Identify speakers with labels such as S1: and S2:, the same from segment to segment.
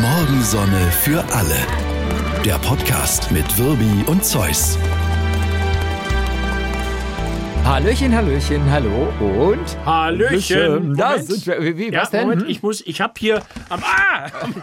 S1: Morgensonne für alle. Der Podcast mit Wirbi und Zeus.
S2: Hallöchen, Hallöchen, hallo und
S3: Hallöchen.
S2: Da
S3: Moment.
S2: sind wir. Wie, wie,
S3: Ja,
S2: was denn? Hm?
S3: Moment, ich muss, ich habe hier am, ah, am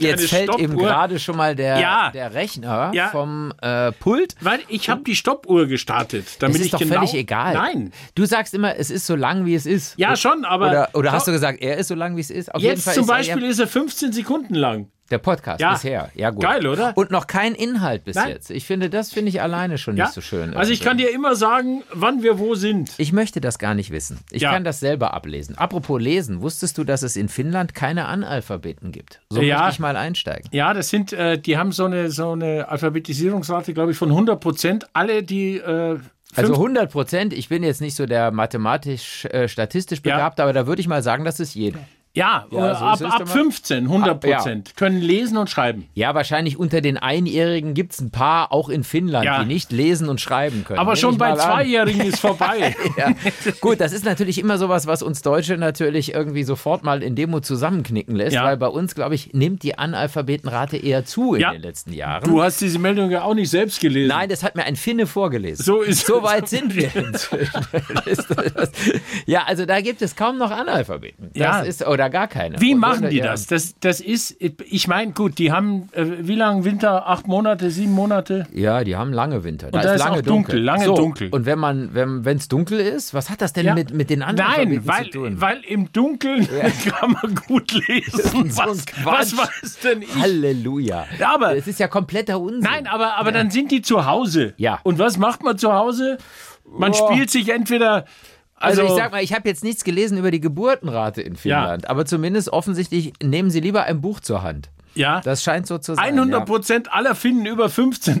S2: Jetzt
S3: eine
S2: fällt
S3: Stoppuhr.
S2: eben gerade schon mal der,
S3: Ja.
S2: der Rechner
S3: Ja.
S2: vom äh, Pult.
S3: Weil ich habe die Stoppuhr gestartet, damit
S2: Es ist
S3: ich
S2: doch
S3: genau.
S2: völlig egal.
S3: Nein.
S2: Du sagst immer, es ist so lang, wie es ist.
S3: Ja, schon, aber
S2: Oder, oder hast
S3: So,
S2: du gesagt, er ist so lang, wie es ist? Auf jeden
S3: jetzt
S2: Fall
S3: zum
S2: ist er
S3: Beispiel
S2: ja
S3: ist er 15 Sekunden lang.
S2: der Podcast
S3: Ja.
S2: bisher. Ja, gut.
S3: Geil, oder?
S2: Und noch kein Inhalt bis
S3: Nein.
S2: jetzt. Ich finde, das finde ich alleine schon
S3: Ja?
S2: nicht so schön.
S3: also ich
S2: irgendwie.
S3: kann dir immer sagen, wann wir wo sind.
S2: Ich möchte das gar nicht wissen. Ich
S3: Ja.
S2: kann das selber ablesen. Apropos lesen, wusstest du, dass es in Finnland keine Analphabeten gibt? So
S3: Ja.
S2: möchte ich mal einsteigen.
S3: Ja, das sind, äh, die haben so eine, so eine Alphabetisierungsrate, glaube ich, von 100 Prozent. Alle, die äh,
S2: Also
S3: fünf-
S2: 100 Prozent, ich bin jetzt nicht so der mathematisch-statistisch
S3: Ja.
S2: begabte, aber da würde ich mal sagen, das ist jeder.
S3: ja,
S2: Ja, so
S3: äh,
S2: ist
S3: ab,
S2: es doch mal.
S3: ab 15, 100
S2: Ab- ja.
S3: Prozent können lesen und schreiben.
S2: Ja, wahrscheinlich unter den Einjährigen gibt es ein paar, auch in Finnland,
S3: Ja.
S2: die nicht lesen und schreiben können.
S3: Aber
S2: Nehme
S3: schon
S2: ich
S3: bei
S2: mal an.
S3: Zweijährigen ist vorbei.
S2: Ja. Gut, das ist natürlich immer sowas, was uns Deutsche natürlich irgendwie sofort mal in Demo zusammenknicken lässt,
S3: Ja.
S2: weil bei uns, glaube ich, nimmt die Analphabetenrate eher zu in
S3: Ja.
S2: den letzten Jahren.
S3: Du hast diese Meldung ja auch nicht selbst gelesen.
S2: Nein, das hat mir ein Finne vorgelesen.
S3: So ist-
S2: so weit sind wir inzwischen. Ist das- ja, also da gibt es kaum noch Analphabeten. Das
S3: Ja.
S2: ist oder gar keine.
S3: Wie
S2: Und
S3: machen die
S2: ja.
S3: das? das? Das ist, ich meine, gut, die haben äh, wie lange Winter? Acht Monate, sieben Monate?
S2: Ja, die haben lange Winter. Da,
S3: da
S2: ist
S3: ist
S2: lange
S3: auch dunkel, lange
S2: so,
S3: dunkel.
S2: Und wenn man, wenn es dunkel ist, was hat das denn
S3: Ja.
S2: mit, mit den Analphabeten
S3: Nein, weil,
S2: zu tun?
S3: weil im Dunkeln kann man gut lesen.
S2: So ein
S3: Was,
S2: Quatsch.
S3: was weiß denn ich?
S2: Halleluja.
S3: Ja, aber-
S2: das ist ja kompletter Unsinn.
S3: Nein, aber, aber dann sind die zu Hause.
S2: Ja.
S3: Und was macht man zu Hause? Man
S2: Boah.
S3: spielt sich entweder.
S2: Also,
S3: Also,
S2: ich sag mal, ich habe jetzt nichts gelesen über die Geburtenrate in Finnland, aber zumindest offensichtlich nehmen sie lieber ein Buch zur Hand.
S3: ja.
S2: Das scheint so zu sein.
S3: 100 Prozent aller Finnen über 15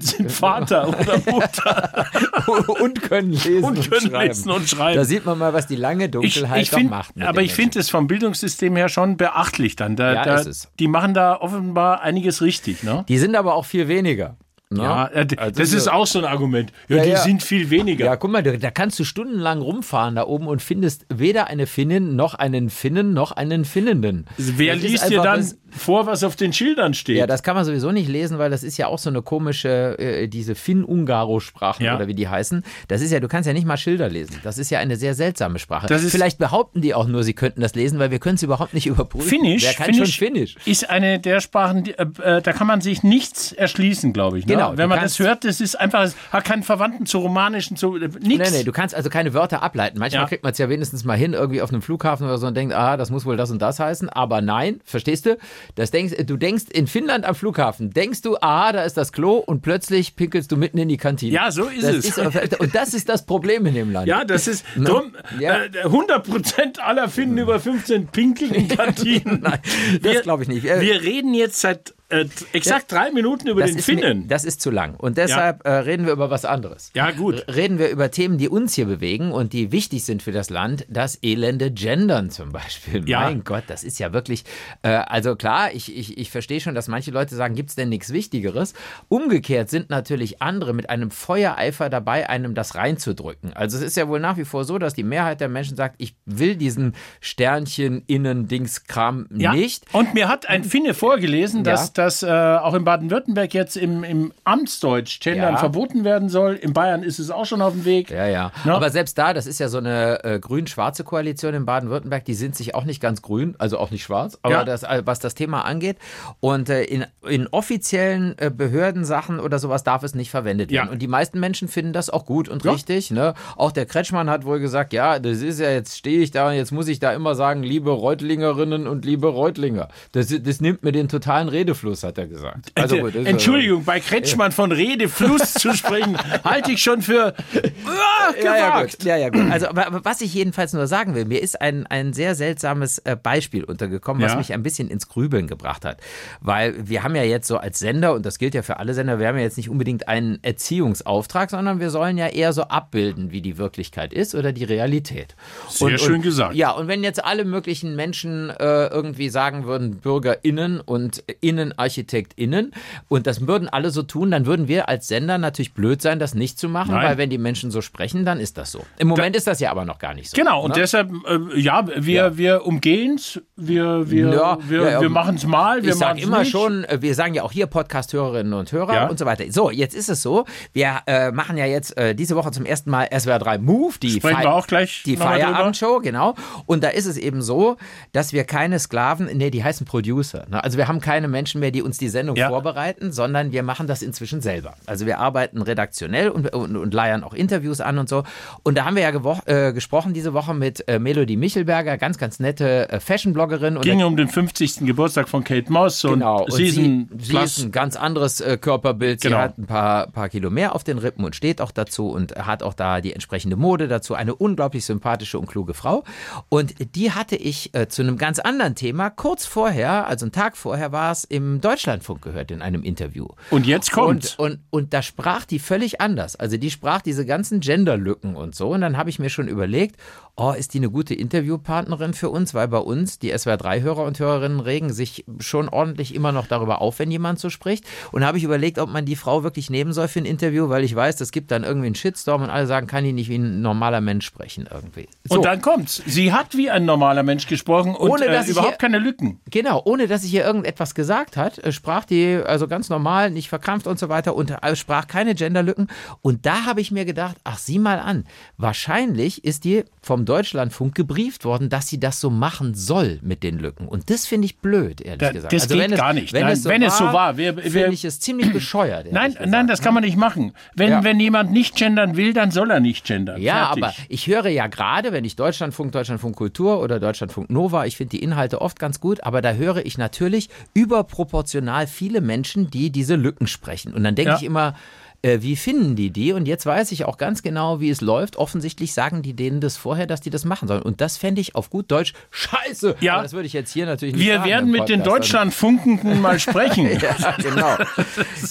S3: sind Vater oder Mutter
S2: ja. und können lesen und,
S3: und können
S2: schreiben.
S3: lesen und schreiben.
S2: Da sieht man mal, was die lange Dunkelheit doch
S3: find-
S2: macht. mit
S3: Aber
S2: den
S3: ich finde es vom Bildungssystem her schon beachtlich dann. Da,
S2: Ja,
S3: da,
S2: ist es.
S3: Die machen da offenbar einiges richtig, ne?
S2: Menschen. Die sind aber auch viel weniger. Ne?
S3: Ja, äh, d- das ist auch so ein Argument. Ja,
S2: Ja,
S3: die
S2: ja.
S3: sind viel weniger.
S2: Ja, guck mal, da da kannst du stundenlang rumfahren da oben und findest weder eine Finnin noch einen Finnen noch einen Finnenden.
S3: Also Wer
S2: Das ist
S3: liest dir
S2: einfach
S3: dann
S2: das-
S3: vor, was auf den Schildern steht?
S2: Ja, das kann man sowieso nicht lesen, weil das ist ja auch so eine komische, äh, diese Finn-Ungaro-Sprachen
S3: Ja.
S2: oder wie die heißen. Das ist ja, du kannst ja nicht mal Schilder lesen. Das ist ja eine sehr seltsame Sprache.
S3: Das ist-
S2: Vielleicht behaupten die auch nur, sie könnten das lesen, weil wir können es überhaupt nicht überprüfen.
S3: Finnisch,
S2: Wer kann schon Finnisch?
S3: ist eine der Sprachen, die, äh, äh, da kann man sich nichts erschließen, glaube ich. Ne?
S2: Genau, du
S3: Wenn man das
S2: kannst-
S3: hört, das ist einfach, es hat keinen Verwandten zu romanischen, zu äh, nichts.
S2: Nee, nee, du kannst also keine Wörter ableiten. Manchmal
S3: Ja.
S2: kriegt man es ja wenigstens mal hin, irgendwie auf einem Flughafen oder so und denkt, ah, das muss wohl das und das heißen. Aber nein, verstehst du? Das denkst, äh, du denkst in Finnland am Flughafen, denkst du, ah, da ist das Klo und plötzlich pinkelst du mitten in die Kantine.
S3: Ja, so ist
S2: das
S3: es.
S2: Ist, und das ist das Problem in dem Land.
S3: Ja, das ist drum.
S2: Ja.
S3: Äh, 100% aller Finnen über 15 pinkeln in Kantinen. Nein,
S2: das glaube ich nicht. Äh,
S3: Wir reden jetzt seit äh, exakt drei Minuten über
S2: das
S3: den
S2: ist
S3: Finnen.
S2: mir- Das ist zu lang. Und deshalb äh, reden wir über was anderes.
S3: ja, gut.
S2: Reden wir über Themen, die uns hier bewegen und die wichtig sind für das Land. Das elende Gendern zum Beispiel.
S3: Ja.
S2: Mein Gott, das ist ja wirklich. Äh, also klar, ich, ich, ich verstehe schon, dass manche Leute sagen, gibt es denn nichts Wichtigeres? Umgekehrt sind natürlich andere mit einem Feuereifer dabei, einem das reinzudrücken. Also es ist ja wohl nach wie vor so, dass die Mehrheit der Menschen sagt, ich will diesen Sternchen innen Dingskram
S3: Ja.
S2: nicht.
S3: Und mir hat ein Finne vorgelesen, dass
S2: Ja.
S3: das äh, auch in Baden-Württemberg jetzt im, im Amtsdeutsch Gendern
S2: Ja.
S3: verboten werden soll. In Bayern ist es auch schon auf dem Weg.
S2: Ja, ja.
S3: Ne?
S2: Aber selbst da, das ist ja so eine äh, grün-schwarze Koalition in Baden-Württemberg, die sind sich auch nicht ganz grün, also auch nicht schwarz, aber
S3: Ja.
S2: das, äh, was das Thema angeht. Und äh, in, in offiziellen äh, Behördensachen oder sowas darf es nicht verwendet werden.
S3: Ja.
S2: Und die meisten Menschen finden das auch gut und richtig. Ne? Auch der Kretschmann hat wohl gesagt, ja, das ist ja, jetzt stehe ich da und jetzt muss ich da immer sagen, liebe Reutlingerinnen und liebe Reutlinger. Das, das nimmt mir den totalen Redefluss, hat er gesagt. Also gut, das ist-
S3: Entschuldigung, bei Kretschmann von Redefluss zu sprechen, halte ich schon für ah, gewagt.
S2: Ja, ja, gut. Ja, ja, gut. Also, aber, aber was ich jedenfalls nur sagen will, mir ist ein, ein sehr seltsames äh, Beispiel untergekommen, was
S3: Ja.
S2: mich ein bisschen ins Grübeln gebracht hat. Weil wir haben ja jetzt so als Sender, und das gilt ja für alle Sender, wir haben ja jetzt nicht unbedingt einen Erziehungsauftrag, sondern wir sollen ja eher so abbilden, wie die Wirklichkeit ist oder die Realität.
S3: Sehr schön gesagt.
S2: Ja, und wenn jetzt alle möglichen Menschen äh, irgendwie sagen würden, BürgerInnen und Innen ArchitektInnen und das würden alle so tun, dann würden wir als Sender natürlich blöd sein, das nicht zu machen,
S3: Nein.
S2: weil wenn die Menschen so sprechen, dann ist das so. Im Moment ist das ja aber noch gar nicht so.
S3: Genau, und
S2: ne?
S3: deshalb, äh, ja, wir,
S2: Ja.
S3: wir umgehen es, wir, wir,
S2: Ja,
S3: wir,
S2: ja, ja.
S3: wir machen es mal, wir
S2: ich sage
S3: machen es
S2: immer
S3: nicht.
S2: schon, äh, wir sagen ja auch hier Podcast-Hörerinnen und Hörer
S3: Ja.
S2: und so weiter. So, jetzt ist es so, wir äh, machen ja jetzt äh, diese Woche zum ersten Mal SWR 3 Move, die,
S3: Sprechen
S2: Fei-
S3: wir auch gleich
S2: die
S3: noch mal drüber.
S2: Feierabendshow, genau. Und da ist es eben so, dass wir keine Sklaven, nee, die heißen Producer. Ne? Also wir haben keine Menschen mehr, die uns die Sendung
S3: Ja.
S2: vorbereiten, sondern wir machen das inzwischen selber. Also wir arbeiten redaktionell und, und, und leiern auch Interviews an und so. Und da haben wir ja gewo- äh, gesprochen diese Woche mit äh, Melodie Michelberger, ganz, ganz nette äh, Fashion-Bloggerin. Und da
S3: ging um den 50. Geburtstag von Kate Moss und
S2: Genau, und
S3: Season
S2: sie, sie
S3: Plus.
S2: ist ein ganz anderes äh, Körperbild. Sie
S3: Genau.
S2: hat ein paar, paar Kilo mehr auf den Rippen und steht auch dazu und hat auch da die entsprechende Mode dazu. Eine unglaublich sympathische und kluge Frau. Und die hatte ich äh, zu einem ganz anderen Thema kurz vorher, also einen Tag vorher war es, im Deutschlandfunk gehört in einem Interview.
S3: und jetzt kommt.
S2: Und, und, und da sprach die völlig anders. Also die sprach diese ganzen Genderlücken und so. Und dann habe ich mir schon überlegt, oh, ist die eine gute Interviewpartnerin für uns? Weil bei uns, die SWR3-Hörer und Hörerinnen regen sich schon ordentlich immer noch darüber auf, wenn jemand so spricht. Und habe ich überlegt, ob man die Frau wirklich nehmen soll für ein Interview, weil ich weiß, es gibt dann irgendwie einen Shitstorm und alle sagen, kann die nicht wie ein normaler Mensch sprechen irgendwie. So.
S3: Und dann kommt's. Sie hat wie ein normaler Mensch gesprochen und
S2: Ohne, dass
S3: äh,
S2: ich
S3: überhaupt
S2: hier-
S3: keine Lücken.
S2: Genau, ohne dass sich hier irgendetwas gesagt hat, äh, sprach die also ganz normal, nicht verkrampft und so weiter und äh, sprach keine Genderlücken. Und da habe ich mir gedacht, ach sieh mal an, wahrscheinlich ist die vom Deutschlandfunk gebrieft worden, dass sie das so machen soll mit den Lücken. Und das finde ich blöd, ehrlich
S3: Da-
S2: gesagt. Also
S3: das geht
S2: wenn es,
S3: gar nicht.
S2: Wenn,
S3: Nein,
S2: es, so
S3: wenn
S2: war,
S3: es so war, wir- wir-
S2: finde ich es ziemlich bescheuert. ehrlich
S3: Nein,
S2: gesagt.
S3: nein, das kann man nicht machen. Wenn,
S2: Ja.
S3: wenn jemand nicht gendern will, dann soll er nicht gendern.
S2: Ja,
S3: Fertig.
S2: aber ich höre ja gerade, wenn ich Deutschlandfunk, Deutschlandfunk Kultur oder Deutschlandfunk Nova, ich finde die Inhalte oft ganz gut, aber da höre ich natürlich überproportional viele Menschen, die diese Lücken sprechen. Und dann denke
S3: Ja.
S2: ich immer, äh, wie finden die die? Und jetzt weiß ich auch ganz genau, wie es läuft. Offensichtlich sagen die denen das vorher, dass die das machen sollen. Und das fände ich auf gut Deutsch scheiße.
S3: Ja.
S2: Aber das würde ich jetzt hier natürlich nicht
S3: Wir
S2: sagen
S3: werden
S2: im
S3: mit
S2: Podcast.
S3: den
S2: also-
S3: Deutschlandfunkenden mal sprechen.
S2: Ja, genau.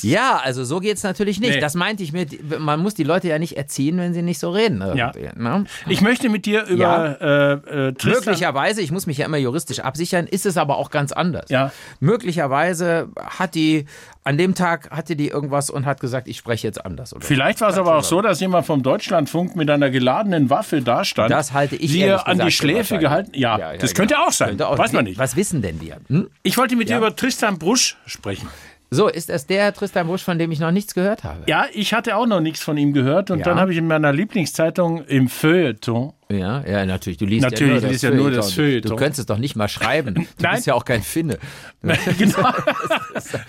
S2: Ja, also so geht's natürlich nicht.
S3: Nee.
S2: Das meinte ich mir. Man muss die Leute ja nicht erziehen, wenn sie nicht so reden. irgendwie, Ne?
S3: Ich möchte mit dir über äh, äh, Tristan
S2: Möglicherweise, ich muss mich ja immer juristisch absichern, ist es aber auch ganz anders.
S3: Ja.
S2: Möglicherweise hat die, an dem Tag hatte die irgendwas und hat gesagt, ich spreche jetzt anders. Oder?
S3: Vielleicht war es aber auch
S2: genau.
S3: so, dass jemand vom Deutschlandfunk mit einer geladenen Waffe dastand.
S2: Das halte ich
S3: Sie
S2: ehrlich
S3: an
S2: gesagt
S3: die
S2: für
S3: Schläfe
S2: wahrscheinlich.
S3: gehalten. Ja,
S2: Ja, ja,
S3: das
S2: ja.
S3: könnte auch sein.
S2: Könnte auch-
S3: Weiß man nicht.
S2: Was wissen denn wir? Hm?
S3: Ich wollte mit
S2: Ja.
S3: dir über Tristan Brusch sprechen.
S2: So, ist das der Tristan Busch, von dem ich noch nichts gehört habe?
S3: Ja, ich hatte auch noch nichts von ihm gehört und
S2: Ja.
S3: dann habe ich in meiner Lieblingszeitung im Feuilleton.
S2: Ja, ja, natürlich. Du liest
S3: Natürlich,
S2: ja nur,
S3: ich
S2: das,
S3: lese ja nur das
S2: Du
S3: Feuilleton.
S2: könntest es doch nicht mal schreiben. Du
S3: Nein.
S2: bist ja auch kein Finne.
S3: genau.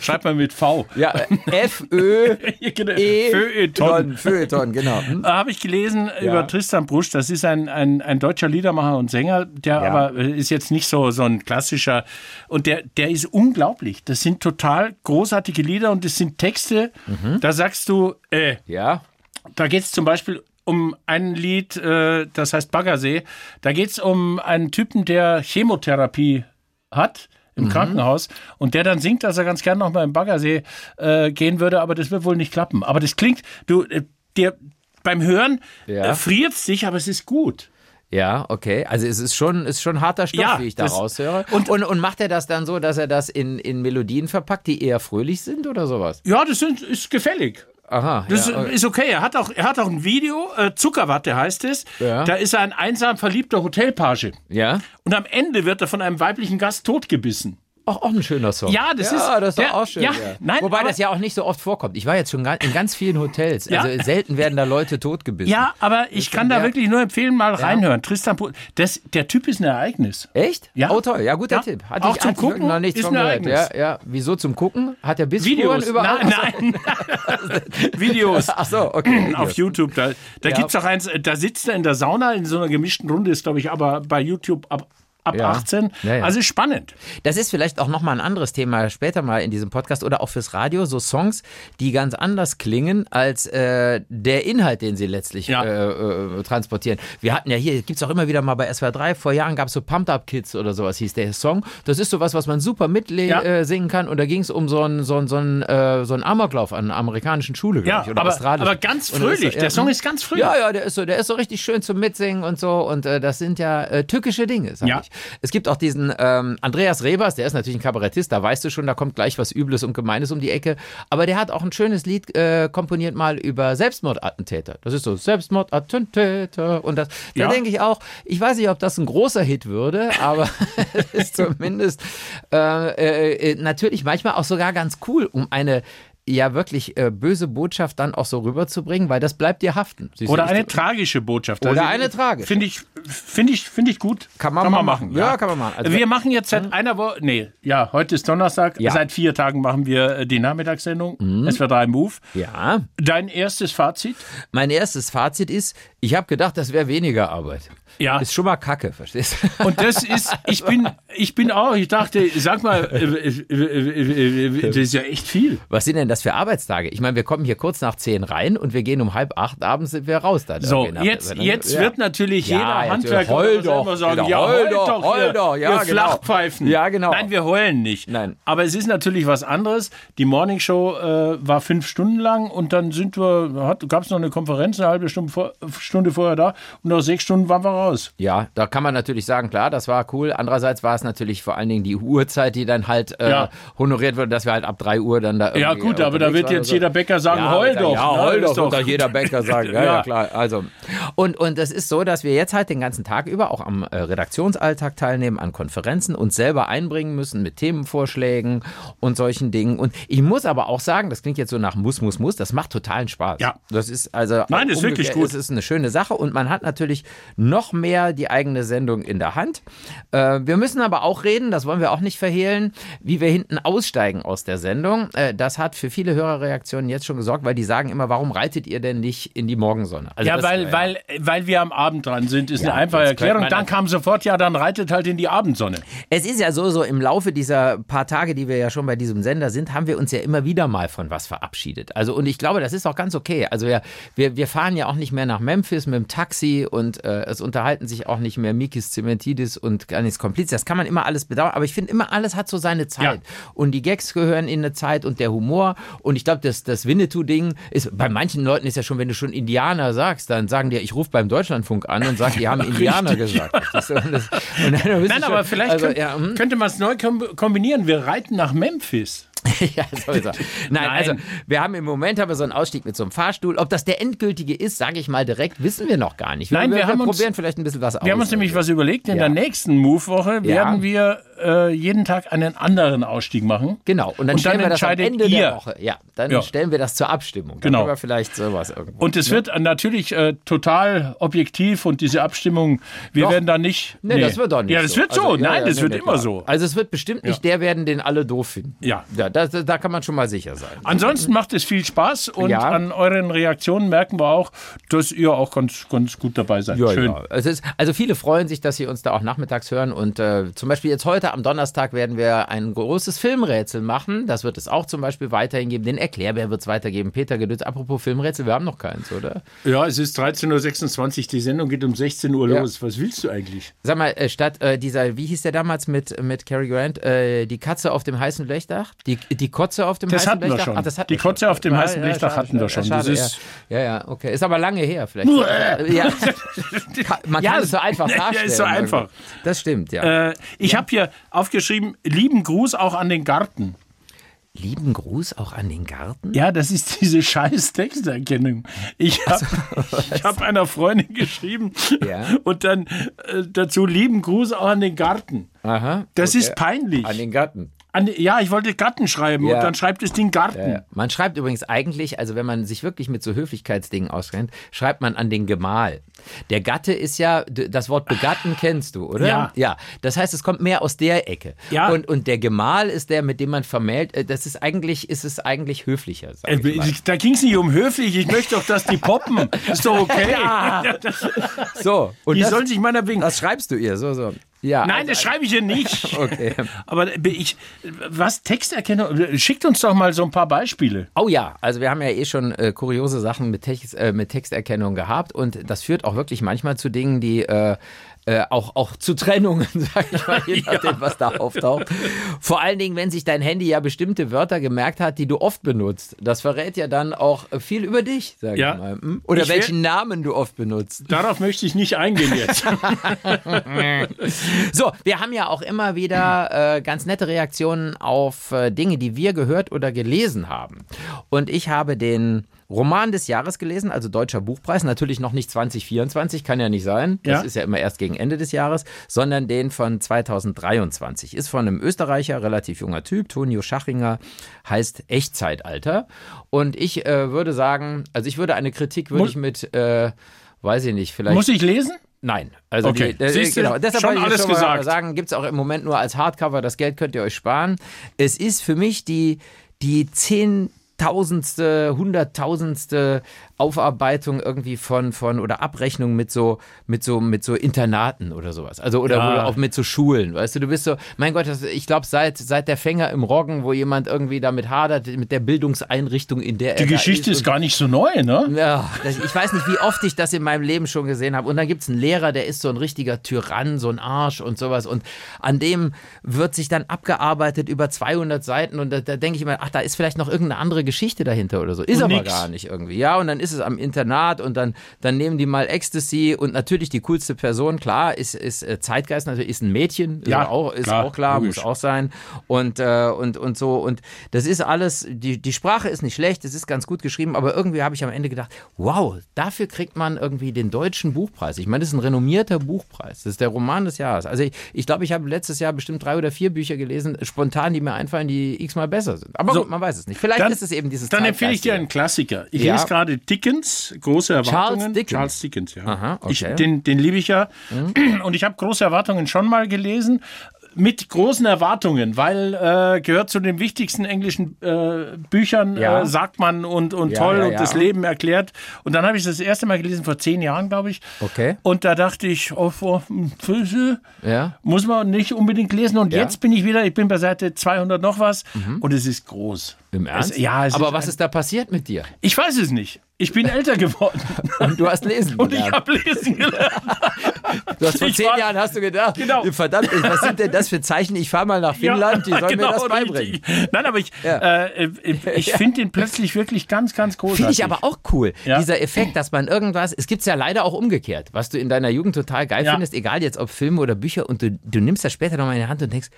S3: Schreibt man mit V.
S2: Ja, F Ö
S3: Genau.
S2: E
S3: Feuilleton.
S2: Feuilleton, genau. Hm?
S3: Da habe Ah, ich gelesen über Tristan Brusch. Das ist ein, ein, ein deutscher Liedermacher und Sänger, der aber äh, ist jetzt nicht so, so ein klassischer. Und der, der ist unglaublich. Das sind total großartige Lieder und das sind Texte. Da sagst du, äh,
S2: Ja.
S3: da geht es zum Beispiel um ein Lied, äh, das heißt Baggersee. Da geht es um einen Typen, der Chemotherapie hat im
S2: Mhm.
S3: Krankenhaus und der dann singt, dass er ganz gern nochmal im Baggersee äh, gehen würde, aber das wird wohl nicht klappen. Aber das klingt, du, äh, dir beim Hören
S2: Ja.
S3: äh, friert es dich, aber es ist gut.
S2: Ja, okay. Also es ist schon, ist schon harter Stoff,
S3: Ja,
S2: wie ich da
S3: das-
S2: raushöre. Und, und, und macht er das dann so, dass er das in, in Melodien verpackt, die eher fröhlich sind oder sowas?
S3: Ja, das sind, ist gefällig.
S2: Aha.
S3: Das
S2: ja, okay.
S3: ist okay. Er hat auch, er hat auch ein Video, äh, Zuckerwatte heißt es.
S2: Ja.
S3: Da ist er ein einsam verliebter Hotelpage.
S2: ja?
S3: Und am Ende wird er von einem weiblichen Gast totgebissen.
S2: Auch, auch ein schöner Song.
S3: Ja, das ist-
S2: das ist doch
S3: der-
S2: auch schön.
S3: ja, nein,
S2: Wobei
S3: aber-
S2: das ja auch nicht so oft vorkommt. Ich war jetzt schon ga- in ganz vielen Hotels.
S3: Ja.
S2: Also selten werden da Leute totgebissen.
S3: Ja, aber ich kann da
S2: ja.
S3: wirklich nur empfehlen, mal reinhören. Tristan Brusch, das, der Typ ist ein Ereignis.
S2: Echt?
S3: Ja.
S2: Oh toll, ja, guter
S3: Ja.
S2: Tipp.
S3: Auch zum
S2: wirklich
S3: Gucken
S2: noch nichts
S3: ist
S2: von
S3: ein
S2: gehört.
S3: Ereignis.
S2: Ja, ja. Wieso zum Gucken? Hat er Bissspuren
S3: Videos.
S2: überall?
S3: Nein, nein. Videos.
S2: Ach so, okay.
S3: Auf YouTube, da, da gibt's auch eins, da sitzt er in der Sauna in so einer gemischten Runde, ist glaube ich aber bei YouTube ab, ab
S2: Ja.
S3: 18.
S2: Ja, ja.
S3: Also spannend.
S2: Das ist vielleicht auch nochmal ein anderes Thema später mal in diesem Podcast oder auch fürs Radio, so Songs, die ganz anders klingen als äh, der Inhalt, den sie letztlich
S3: Ja.
S2: äh, äh, transportieren. Wir hatten ja hier, gibt's auch immer wieder mal bei SWR 3, vor Jahren gab's so Pumped Up Kids oder sowas hieß der Song. Das ist sowas, was man super mitlegen
S3: Ja.
S2: äh, singen kann und da ging's um so einen so einen- so einen, äh, so einen Amoklauf an einer amerikanischen Schule, glaub
S3: Ja,
S2: ich, oder
S3: aber,
S2: australischen.
S3: aber ganz
S2: Und dann ist
S3: fröhlich.
S2: er- hm.
S3: Der Song ist ganz fröhlich.
S2: ja, ja, der ist so, der ist so richtig schön zum Mitsingen und so. Und äh, das sind ja äh, tückische Dinge, sag
S3: Ja.
S2: ich. Es gibt auch diesen ähm, Andreas Rebers, der ist natürlich ein Kabarettist, da weißt du schon, da kommt gleich was Übles und Gemeines um die Ecke. Aber der hat auch ein schönes Lied äh, komponiert mal über Selbstmordattentäter. Das ist so Selbstmordattentäter und das. Da
S3: Ja.
S2: denke ich auch, ich weiß nicht, ob das ein großer Hit würde, aber es ist zumindest äh, äh, natürlich manchmal auch sogar ganz cool, um eine ja wirklich äh, böse Botschaft dann auch so rüberzubringen, weil das bleibt dir haften. Siehst du,
S3: Oder
S2: ich-
S3: eine tragische Botschaft. Also
S2: Oder eine tragische.
S3: Finde ich, finde ich, finde ich gut.
S2: Kann man mal machen. Ja, kann man machen. Also
S3: wir
S2: wenn-
S3: machen jetzt seit einer Woche, nee, ja, heute ist Donnerstag.
S2: Ja. Mhm.
S3: Seit vier Tagen machen wir äh, die Nachmittagssendung. SW3 Move.
S2: Ja,
S3: Dein erstes Fazit?
S2: mein erstes Fazit ist, ich habe gedacht, das wäre weniger Arbeit.
S3: Ja.
S2: Ist schon mal Kacke, verstehst du?
S3: Und das ist, ich bin, ich bin auch, ich dachte, sag mal, äh, äh, äh, äh, äh, das ist ja echt viel.
S2: Was sind denn das für Arbeitstage? Ich meine, wir kommen hier kurz nach zehn rein und wir gehen um halb acht abends sind wir raus. Dann
S3: So,
S2: irgendwie nach-
S3: jetzt,
S2: dann-
S3: jetzt
S2: ja.
S3: wird natürlich
S2: Ja,
S3: jeder
S2: jetzt
S3: Handwerker
S2: heul
S3: oder was
S2: doch,
S3: immer sagen,
S2: genau,
S3: ja,
S2: heul
S3: heul
S2: doch,
S3: doch,
S2: heul
S3: ihr,
S2: doch, ja,
S3: ihr
S2: genau.
S3: Flachpfeifen.
S2: Ja, genau.
S3: Nein, wir heulen nicht.
S2: Nein.
S3: Aber es ist natürlich was anderes. Die Morning Show äh, war fünf Stunden lang und dann sind wir, gab es noch eine Konferenz, eine halbe Stunde, vor, Stunde vorher da und nach sechs Stunden waren wir raus.
S2: Ja, da kann man natürlich sagen, klar, das war cool. Andererseits war es natürlich vor allen Dingen die Uhrzeit, die dann halt äh,
S3: Ja.
S2: honoriert wurde, dass wir halt ab drei Uhr dann da irgendwie
S3: Ja, gut, aber da
S2: unterwegs
S3: wird
S2: waren und
S3: jetzt
S2: so.
S3: jeder Bäcker sagen,
S2: ja,
S3: heul
S2: wird-
S3: doch.
S2: Ja,
S3: ne?
S2: heul
S3: Ist
S2: doch, wird doch jeder Bäcker sagen. Ja, ja,
S3: Ja.
S2: klar. Also. Und, und das ist so, dass wir jetzt halt den ganzen Tag über auch am äh, Redaktionsalltag teilnehmen, an Konferenzen, uns selber einbringen müssen mit Themenvorschlägen und solchen Dingen. Und ich muss aber auch sagen, das klingt jetzt so nach muss, muss, muss, das macht totalen Spaß.
S3: Ja.
S2: Das ist also.
S3: Nein, ist wirklich
S2: umgekehrt
S3: gut.
S2: Es ist eine schöne Sache und man hat natürlich noch mehr die eigene Sendung in der Hand. Äh, wir müssen aber auch reden, das wollen wir auch nicht verhehlen, wie wir hinten aussteigen aus der Sendung. Äh, das hat für viele Hörerreaktionen jetzt schon gesorgt, weil die sagen immer, warum reitet ihr denn nicht in die Morgensonne? Also
S3: Ja,
S2: das-
S3: weil, weil, weil wir am Abend dran sind, ist
S2: Ja,
S3: eine einfache
S2: jetzt könnte
S3: Erklärung.
S2: man
S3: Dann kam sofort, ja, dann reitet halt in die Abendsonne.
S2: Es ist ja so, so im Laufe dieser paar Tage, die wir ja schon bei diesem Sender sind, haben wir uns ja immer wieder mal von was verabschiedet. Also, und ich glaube, das ist auch ganz okay. Also, wir, wir, wir fahren ja auch nicht mehr nach Memphis mit dem Taxi und äh, es unterhalten sich auch nicht mehr Mikis Zementidis und Gannis Kompliz. Das kann man immer alles bedauern, aber ich finde immer, alles hat so seine Zeit. Und die Gags gehören in eine Zeit und der Humor. Und ich glaube, das, das Winnetou-Ding ist, bei manchen Leuten ist ja schon, wenn du schon Indianer sagst, dann sagen die, ich rufe beim Deutschlandfunk an und sage, die haben Indianer gesagt. Das, und das, und dann
S3: Nein, aber vielleicht
S2: also,
S3: könnt,
S2: ja, hm?
S3: könnte man es neu kom- kombinieren. Wir reiten nach Memphis.
S2: ja, sowieso. Nein,
S3: Nein.
S2: also wir haben im Moment haben wir so einen Ausstieg mit so einem Fahrstuhl. Ob das der endgültige ist, sage ich mal direkt, wissen wir noch gar nicht.
S3: Nein, wir haben uns-
S2: probieren vielleicht ein bisschen was aus.
S3: Wir haben uns nämlich was überlegt. In
S2: Ja.
S3: der nächsten Move-Woche werden wir äh, jeden Tag einen anderen Ausstieg machen.
S2: Genau, und dann
S3: Und dann
S2: stellen wir das am
S3: entscheidet
S2: Ende
S3: ihr.
S2: der Woche. Ja, dann
S3: Ja.
S2: stellen wir das zur Abstimmung. Dann
S3: Genau.
S2: können wir vielleicht sowas irgendwo.
S3: Und es wird äh, natürlich äh, total objektiv und diese Abstimmung, wir
S2: Doch.
S3: werden da nicht.
S2: Nee, das wird doch nicht
S3: Ja, das
S2: so.
S3: wird so.
S2: Also, ja,
S3: Nein,
S2: ja,
S3: das
S2: nee,
S3: wird
S2: nee,
S3: immer
S2: klar.
S3: so.
S2: Also es wird bestimmt nicht der werden, den alle doof finden.
S3: Ja.
S2: Ja, da, da, da kann man schon mal sicher sein.
S3: Ansonsten macht es viel Spaß und
S2: Ja.
S3: an euren Reaktionen merken wir auch, dass ihr auch ganz, ganz gut dabei seid.
S2: Ja,
S3: Schön.
S2: ja. Es ist, also viele freuen sich, dass sie uns da auch nachmittags hören. Und äh, zum Beispiel jetzt heute am Donnerstag werden wir ein großes Filmrätsel machen. Das wird es auch zum Beispiel weiterhin geben. Den Erklärbär wird es weitergeben. Peter Gedütz, apropos Filmrätsel, wir haben noch keins, oder?
S3: Ja, es ist 13.26 Uhr, die Sendung geht um 16 Uhr
S2: Ja.
S3: los. Was willst du eigentlich?
S2: Sag mal, äh, statt äh, dieser, wie hieß der damals mit, mit Cary Grant? Äh, die Katze auf dem heißen Blechdach? Die, die Kotze auf dem
S3: Das
S2: heißen
S3: hatten wir
S2: Blechdach?
S3: schon.
S2: Ach, das hatten
S3: Die
S2: wir schon.
S3: Kotze auf dem
S2: Ja,
S3: heißen
S2: ja,
S3: Blechdach
S2: schade,
S3: hatten wir
S2: ja,
S3: schon.
S2: Schade,
S3: Das ist-
S2: ja. ja, ja, okay. Ist aber lange her vielleicht. ja. Ka- Man kann
S3: Ja,
S2: es so einfach
S3: ja, ist
S2: darstellen.
S3: so einfach.
S2: Das stimmt, ja.
S3: Äh, ich habe hier aufgeschrieben, lieben Gruß auch an den Garten.
S2: Lieben Gruß auch an den Garten.
S3: Ja, das ist diese scheiß Texterkennung. Ich habe hab einer Freundin geschrieben
S2: Ja.
S3: und dann äh, dazu lieben Gruß auch an den Garten.
S2: Aha.
S3: Das
S2: Okay.
S3: ist peinlich.
S2: An den Garten.
S3: An, ja, ich wollte Garten schreiben
S2: Ja.
S3: und dann schreibt es den Garten.
S2: Hm. Man schreibt übrigens eigentlich, also wenn man sich wirklich mit so Höflichkeitsdingen auskennt, schreibt man an den Gemahl. Der Gatte ist ja, d- das Wort begatten kennst du, oder?
S3: Ah, Ja.
S2: Ja. Das heißt, es kommt mehr aus der Ecke.
S3: Ja.
S2: Und, und der Gemahl ist der, mit dem man vermählt. äh, Das ist eigentlich, ist es eigentlich höflicher. Sag ich mal.
S3: Äh, Da ging es nicht um höflich, ich möchte doch, dass die poppen. Ist doch okay.
S2: So. Und
S3: Die
S2: das,
S3: sollen sich meinetwegen.
S2: das schreibst du ihr, so, so. Ja. also
S3: Nein, das schreibe ich hier nicht.
S2: Okay.
S3: Aber ich, was Texterkennung? Schickt uns doch mal so ein paar Beispiele.
S2: Oh ja, also wir haben ja eh schon äh, kuriose Sachen mit, Text, äh, mit Texterkennung gehabt und das führt auch wirklich manchmal zu Dingen, die äh, äh, auch, auch zu Trennungen, sag ich mal, je nachdem, was da auftaucht. Vor allen Dingen, wenn sich dein Handy ja bestimmte Wörter gemerkt hat, die du oft benutzt. Das verrät ja dann auch viel über dich, sag
S3: Ja.
S2: ich mal. Hm? Oder
S3: Ich wär-
S2: welchen Namen du oft benutzt.
S3: Darauf möchte ich nicht eingehen jetzt.
S2: So, wir haben ja auch immer wieder äh, ganz nette Reaktionen auf äh, Dinge, die wir gehört oder gelesen haben. Und ich habe den Roman des Jahres gelesen, also Deutscher Buchpreis, natürlich noch nicht 2024, kann ja nicht sein. Das
S3: Ja.
S2: ist ja immer erst gegen Ende des Jahres, sondern den von 2023. Ist von einem Österreicher, relativ junger Typ, Tonio Schachinger, heißt Echtzeitalter. Und ich äh, würde sagen, also ich würde eine Kritik, würde
S3: Muss-
S2: ich mit, äh, weiß ich nicht, vielleicht.
S3: Muss ich lesen?
S2: Nein, also
S3: Okay.
S2: die, äh,
S3: Siehst du,
S2: genau. Deshalb
S3: schon
S2: wollte ich
S3: alles
S2: schon mal
S3: gesagt.
S2: sagen, gibt es auch im Moment nur als Hardcover, das Geld könnt ihr euch sparen. Es ist für mich die, die zehntausendste, hunderttausendste Aufarbeitung irgendwie von, von oder Abrechnung mit so, mit so, mit so Internaten oder sowas. Also oder
S3: Ja.
S2: wo du auch mit so Schulen, weißt du, du bist so, mein Gott, das, ich glaube, seit, seit der Fänger im Roggen, wo jemand irgendwie damit hadert, mit der Bildungseinrichtung, in der er
S3: Die Geschichte ist gar nicht so neu, ne?
S2: ja, das, ich weiß nicht, wie oft ich das in meinem Leben schon gesehen habe. Und dann gibt's einen Lehrer, der ist so ein richtiger Tyrann, so ein Arsch und sowas. Und an dem wird sich dann abgearbeitet über 200 Seiten. Und da, da denke ich immer, ach, da ist vielleicht noch irgendeine andere Geschichte dahinter oder so. Ist
S3: Und
S2: aber
S3: nix.
S2: gar nicht irgendwie. Ja, und dann ist es am Internat und dann, dann nehmen die mal Ecstasy. Und natürlich die coolste Person, klar, ist, ist äh, Zeitgeist, natürlich ist ein Mädchen. Ist
S3: Ja,
S2: auch, ist
S3: klar,
S2: auch klar,
S3: logisch.
S2: muss auch sein. Und, äh, und, und so. Und das ist alles, die, die Sprache ist nicht schlecht, es ist ganz gut geschrieben, aber irgendwie habe ich am Ende gedacht, wow, dafür kriegt man irgendwie den deutschen Buchpreis. Ich meine, das ist ein renommierter Buchpreis. Das ist der Roman des Jahres. Also ich, ich glaube, ich habe letztes Jahr bestimmt drei oder vier Bücher gelesen, spontan, die mir einfallen, die x-mal besser sind. Aber
S3: So.
S2: gut, man weiß es nicht. Vielleicht
S3: Dann-
S2: ist es eben dieses
S3: Dann empfehle ich dir
S2: Zeitgeistige.
S3: einen Klassiker. Ich
S2: Ja.
S3: lese gerade Dickens, große Erwartungen.
S2: Dickens.
S3: Charles Dickens, ja.
S2: Aha, okay. Mhm.
S3: ich, den den liebe ich ja. Und ich habe große Erwartungen schon mal gelesen. Mit großen Erwartungen, weil äh, gehört zu den wichtigsten englischen äh, Büchern,
S2: Ja.
S3: äh, sagt man, und, und
S2: Ja,
S3: toll
S2: ja,
S3: und
S2: ja.
S3: das Leben erklärt. Und dann habe ich das erste Mal gelesen, vor zehn Jahren, glaube ich.
S2: Okay.
S3: Und da dachte ich, oh, oh, hm, Füße,
S2: Ja.
S3: muss man nicht unbedingt lesen. Und
S2: Ja. Mhm.
S3: jetzt bin ich wieder, ich bin bei Seite 200 noch was und es ist groß.
S2: Im Ernst?
S3: Es, ja, es
S2: aber
S3: ist
S2: was
S3: ein-
S2: ist da passiert mit dir?
S3: ich weiß es nicht. Ich bin älter geworden
S2: Und du hast lesen
S3: und ich
S2: gelernt.
S3: habe lesen gelernt.
S2: Du hast vor
S3: Ich
S2: zehn
S3: war-
S2: Jahren hast du gedacht,
S3: Genau.
S2: verdammt, was sind denn das für Zeichen? Ich fahre mal nach Finnland, die sollen mir das beibringen.
S3: genau, richtig. Nein, aber ich, äh, ich- ich finde ihn plötzlich wirklich ganz, ganz großartig.
S2: Finde ich aber auch cool,
S3: Ja.
S2: dieser Effekt, dass man irgendwas, es gibt es ja leider auch umgekehrt, was du in deiner Jugend total geil
S3: Ja.
S2: findest, egal jetzt ob Filme oder Bücher, und du, du nimmst das später nochmal in die Hand und denkst,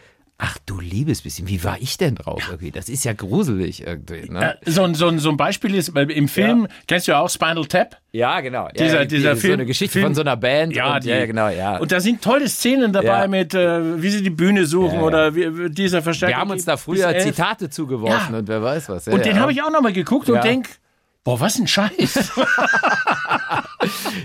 S2: ach du liebes bisschen, wie war ich denn drauf irgendwie? Das ist ja gruselig irgendwie. Ne?
S3: Äh, so, ein- so, ein- so ein Beispiel ist, weil im Film, kennst du ja auch Spinal Tap?
S2: Ja, genau.
S3: Dieser-
S2: ja, die-
S3: dieser
S2: so
S3: Film-
S2: eine Geschichte
S3: Film-
S2: von so einer Band. und,
S3: die-
S2: ja genau, ja.
S3: Und da sind tolle Szenen dabei
S2: Ja.
S3: mit, äh, wie sie die Bühne suchen
S2: Ja, ja.
S3: oder wie, wie dieser Verstärker.
S2: wir haben uns da
S3: bis
S2: früher
S3: elf.
S2: Zitate zugeworfen
S3: Ja.
S2: und wer weiß was. Ja,
S3: Und den
S2: ja.
S3: habe ich auch nochmal geguckt
S2: Ja.
S3: und denk, boah, was ein Scheiß.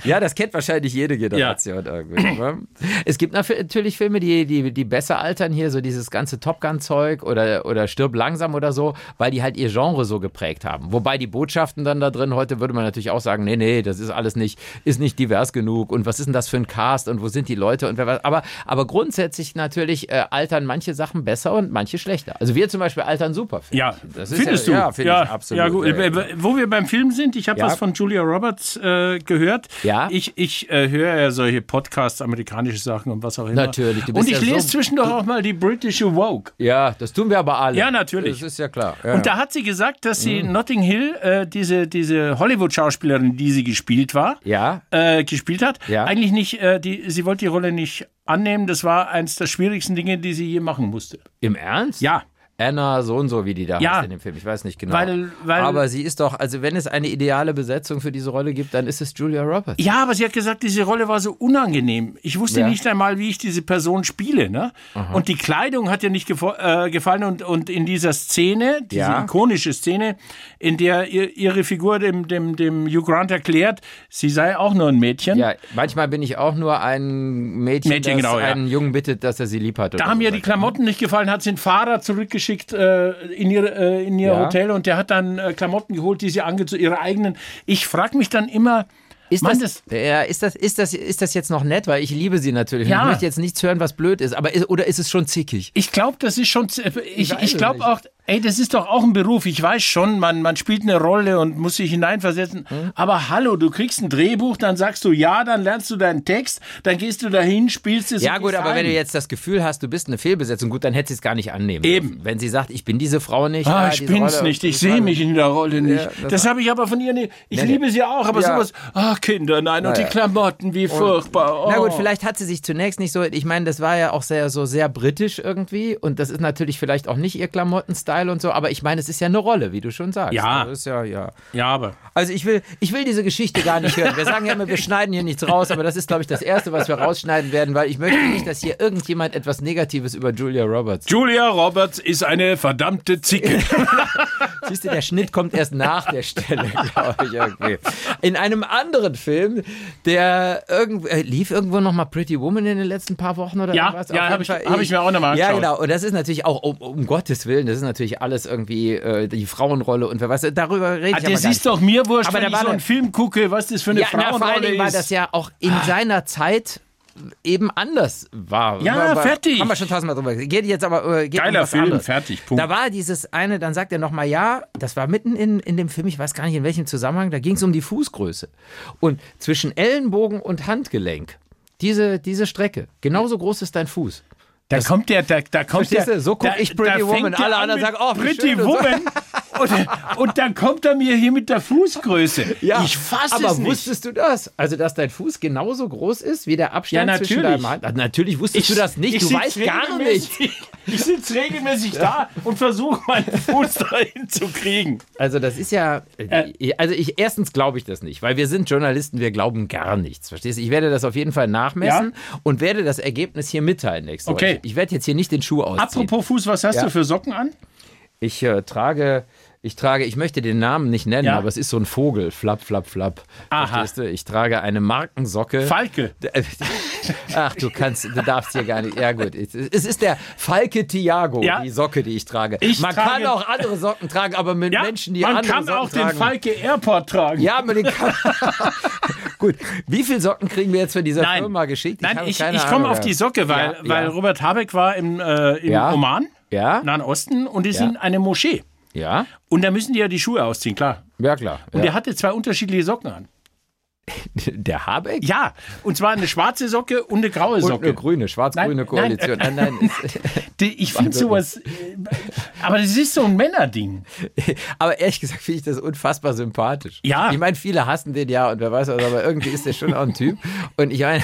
S2: Ja, das kennt wahrscheinlich jede Generation irgendwie. Ne? Es gibt naf- natürlich Filme, die, die, die besser altern hier, so dieses ganze Top Gun-Zeug oder, oder Stirb langsam oder so, weil die halt ihr Genre so geprägt haben. Wobei die Botschaften dann da drin, heute würde man natürlich auch sagen, nee, nee, das ist alles nicht, ist nicht divers genug und was ist denn das für ein Cast und wo sind die Leute und wer weiß. Aber, aber grundsätzlich natürlich äh, altern manche Sachen besser und manche schlechter. Also wir zum Beispiel altern super. finde
S3: Ja,
S2: ich. Das ist
S3: findest
S2: ja,
S3: du?
S2: Ja, finde ich absolut.
S3: Ja, gut.
S2: Ja, ja.
S3: Äh, Wo wir beim Film sind, ich habe
S2: Ja.
S3: was von Julia Roberts äh, gehört.
S2: Ja.
S3: Ich, ich äh, höre ja solche Podcasts, amerikanische Sachen und was auch immer.
S2: Natürlich, du bist
S3: und
S2: ja
S3: ich
S2: so-
S3: lese zwischendurch auch mal die britische Vogue.
S2: Ja, das tun wir aber alle.
S3: Ja, natürlich.
S2: Das ist ja klar. Ja. Mhm.
S3: Und da hat sie gesagt, dass sie in Notting Hill, äh, diese, diese Hollywood-Schauspielerin, die sie gespielt war,
S2: ja.
S3: äh, gespielt hat,
S2: Ja.
S3: eigentlich nicht, äh, die, sie wollte die Rolle nicht annehmen. Das war eins der schwierigsten Dinge, die sie je machen musste.
S2: Im Ernst?
S3: Ja.
S2: Anna, so und so, wie die da
S3: Ja.
S2: heißt in dem Film. Ich weiß nicht genau.
S3: Weil- weil-
S2: Aber sie ist doch, also wenn es eine ideale Besetzung für diese Rolle gibt, dann ist es Julia Roberts.
S3: Ja, aber sie hat gesagt, diese Rolle war so unangenehm. Ich wusste
S2: Ja.
S3: nicht einmal, wie ich diese Person spiele. Ne? Und die Kleidung hat ihr nicht gefo- äh, gefallen. Und, und in dieser Szene, diese
S2: Ja.
S3: ikonische Szene, in der ihr, ihre Figur dem, dem, dem Hugh Grant erklärt, sie sei auch nur ein Mädchen.
S2: Ja, manchmal bin ich auch nur ein Mädchen,
S3: Mädchen,
S2: das
S3: genau, ja.
S2: einen Jungen bittet, dass er sie lieb hat.
S3: Da haben ihr die Klamotten nicht gefallen, hat sie den Fahrer zurückgeschickt äh, in ihr, äh, in ihr
S2: Ja.
S3: Hotel und der hat dann äh, Klamotten geholt, die sie angezogen, ihre eigenen. Ich frage mich dann immer,
S2: ist
S3: Mann,
S2: das,
S3: das-
S2: ja, ist, das, ist, das, ist das jetzt noch nett? Weil ich liebe sie natürlich.
S3: Ja.
S2: Ich möchte jetzt nichts hören, was blöd ist. Aber ist, oder ist es schon zickig?
S3: Ich glaube, das ist schon. Ich, ich,
S2: weiß es
S3: glaube
S2: nicht.
S3: auch, Ey, das ist doch auch ein Beruf. Ich weiß schon, man, man spielt eine Rolle und muss sich hineinversetzen.
S2: Hm?
S3: Aber hallo, du kriegst ein Drehbuch, dann sagst du ja, dann lernst du deinen Text, dann gehst du dahin, spielst es.
S2: Ja,
S3: und
S2: gut,
S3: gehst
S2: aber
S3: heim.
S2: wenn du jetzt das Gefühl hast, du bist eine Fehlbesetzung, gut, dann hätte sie es gar nicht annehmen.
S3: Eben.
S2: dürfen. Wenn sie sagt, ich bin diese Frau nicht.
S3: Ah,
S2: äh,
S3: ich
S2: diese
S3: bin's
S2: Rolle-
S3: nicht, ich sehe mich in der Rolle nicht.
S2: Ja,
S3: das
S2: das-
S3: habe ich aber von ihr nicht. Ich
S2: Nee, nee.
S3: liebe sie auch, aber
S2: Ja.
S3: sowas. Ah, Kinder, nein, und die
S2: ja.
S3: Klamotten, wie furchtbar. Oh.
S2: Na gut, vielleicht hat sie sich zunächst nicht so, ich meine, das war ja auch sehr so sehr britisch irgendwie und das ist natürlich vielleicht auch nicht ihr Klamottenstyle und so, aber ich meine, es ist ja eine Rolle, wie du schon sagst.
S3: Ja.
S2: Also, ist ja, ja.
S3: Ja, aber.
S2: also ich will, ich will diese Geschichte gar nicht hören. Wir sagen ja immer, wir schneiden hier nichts raus, aber das ist, glaube ich, das Erste, was wir rausschneiden werden, weil ich möchte nicht, dass hier irgendjemand etwas Negatives über Julia Roberts.
S3: Julia Roberts ist eine verdammte Zicke.
S2: Siehst du, der Schnitt kommt erst nach der Stelle, glaube ich. Irgendwie. In einem anderen Film, der irgend, äh, lief irgendwo nochmal Pretty Woman in den letzten paar Wochen oder
S3: Ja,
S2: irgendwas?
S3: ja,
S2: Auf jeden
S3: hab ich-
S2: Fall.
S3: hab ich mir auch noch mal
S2: Ja,
S3: angeschaut.
S2: genau. Und das ist natürlich auch, um, um Gottes Willen, das ist natürlich alles irgendwie äh, die Frauenrolle und wer weiß, darüber rede ich
S3: Ah,
S2: aber
S3: das
S2: gar
S3: ist
S2: nicht.
S3: doch mir wurscht,
S2: Aber
S3: wenn
S2: da
S3: ich
S2: war
S3: so
S2: der-
S3: einen Film gucke, was das für eine
S2: Ja, na, vor allen
S3: Frauenrolle
S2: Dingen, weil
S3: ist. Ah.
S2: das ja auch in seiner Zeit eben anders war.
S3: Ja,
S2: War- war-
S3: fertig.
S2: Haben wir schon tausendmal drüber gesprochen. Geht jetzt aber äh, geht
S3: Geiler
S2: um was
S3: Film,
S2: anderes.
S3: fertig, Punkt.
S2: Da war dieses eine, dann sagt er nochmal, ja, das war mitten in, in dem Film, ich weiß gar nicht in welchem Zusammenhang, da ging es um die Fußgröße. Und zwischen Ellenbogen und Handgelenk, diese, diese Strecke, genauso groß ist dein Fuß.
S3: Da kommt der, da, da kommt
S2: Verstehst
S3: der.
S2: du? So guck
S3: da,
S2: ich Pretty
S3: da fängt
S2: Woman.
S3: der
S2: Alle
S3: an
S2: anderen
S3: mit
S2: sagen, oh, wie
S3: Pretty
S2: schön und so.
S3: Woman. Und, und dann kommt er mir hier mit der Fußgröße. ich fasse
S2: aber
S3: es nicht.
S2: wusstest du das? Also, dass dein Fuß genauso groß ist wie der Abstand
S3: Ja,
S2: zwischen
S3: natürlich.
S2: deinem Hand. Ah, Natürlich wusstest du das nicht. Du
S3: sitz
S2: weißt gar nicht.
S3: regelmäßig- Ich sitze regelmäßig da und versuche meinen Fuß dahin zu kriegen.
S2: Also das ist ja,
S3: Äh.
S2: also ich erstens glaube ich das nicht, weil wir sind Journalisten, wir glauben gar nichts, verstehst du? Ich werde das auf jeden Fall nachmessen und werde das Ergebnis hier mitteilen nächste Woche.
S3: Okay.
S2: Ich, ich werde jetzt hier nicht den Schuh ausziehen.
S3: Apropos Fuß, was hast
S2: Ja.
S3: du für Socken an?
S2: Ich äh, trage, ich trage, ich möchte den Namen nicht nennen,
S3: Ja.
S2: aber es ist so ein Vogel, flapp, flapp, flapp.
S3: Aha.
S2: Verstehst du? Ich trage eine Markensocke.
S3: Falke.
S2: Ach, du kannst, du darfst hier gar nicht. Ja gut, es es ist der Falke Tiago,
S3: Ja.
S2: die Socke, die ich trage.
S3: Ich
S2: man
S3: trage-
S2: kann auch andere Socken tragen, aber mit
S3: Ja,
S2: Menschen, die
S3: man
S2: andere
S3: kann
S2: Socken
S3: auch
S2: tragen.
S3: den Falke Airport tragen.
S2: Ja, mit den Ka Gut, wie viele Socken kriegen wir jetzt von dieser Firma geschickt?
S3: Nein,
S2: habe
S3: ich,
S2: keine
S3: ich komme
S2: Ahnung.
S3: auf die Socke, weil,
S2: Ja,
S3: weil
S2: ja.
S3: Robert Habeck war im, äh, im
S2: Ja.
S3: Oman,
S2: Ja?
S3: Nahen Osten, und ist
S2: Ja.
S3: in eine Moschee.
S2: Ja?
S3: Und da müssen die ja die Schuhe ausziehen, klar.
S2: Ja, klar.
S3: Und
S2: Ja.
S3: er hatte zwei unterschiedliche Socken an.
S2: Der Habeck?
S3: Ja, und zwar eine schwarze Socke und eine graue
S2: Und
S3: Socke.
S2: eine grüne, schwarz-grüne
S3: Nein, nein.
S2: Koalition. Nein, nein. es-
S3: Die- ich finde sowas. äh, Aber das ist so ein Männerding.
S2: aber ehrlich gesagt finde ich das unfassbar sympathisch.
S3: Ja.
S2: Ich meine, viele hassen den ja und wer weiß was, aber irgendwie ist der schon auch ein Typ. Und ich meine,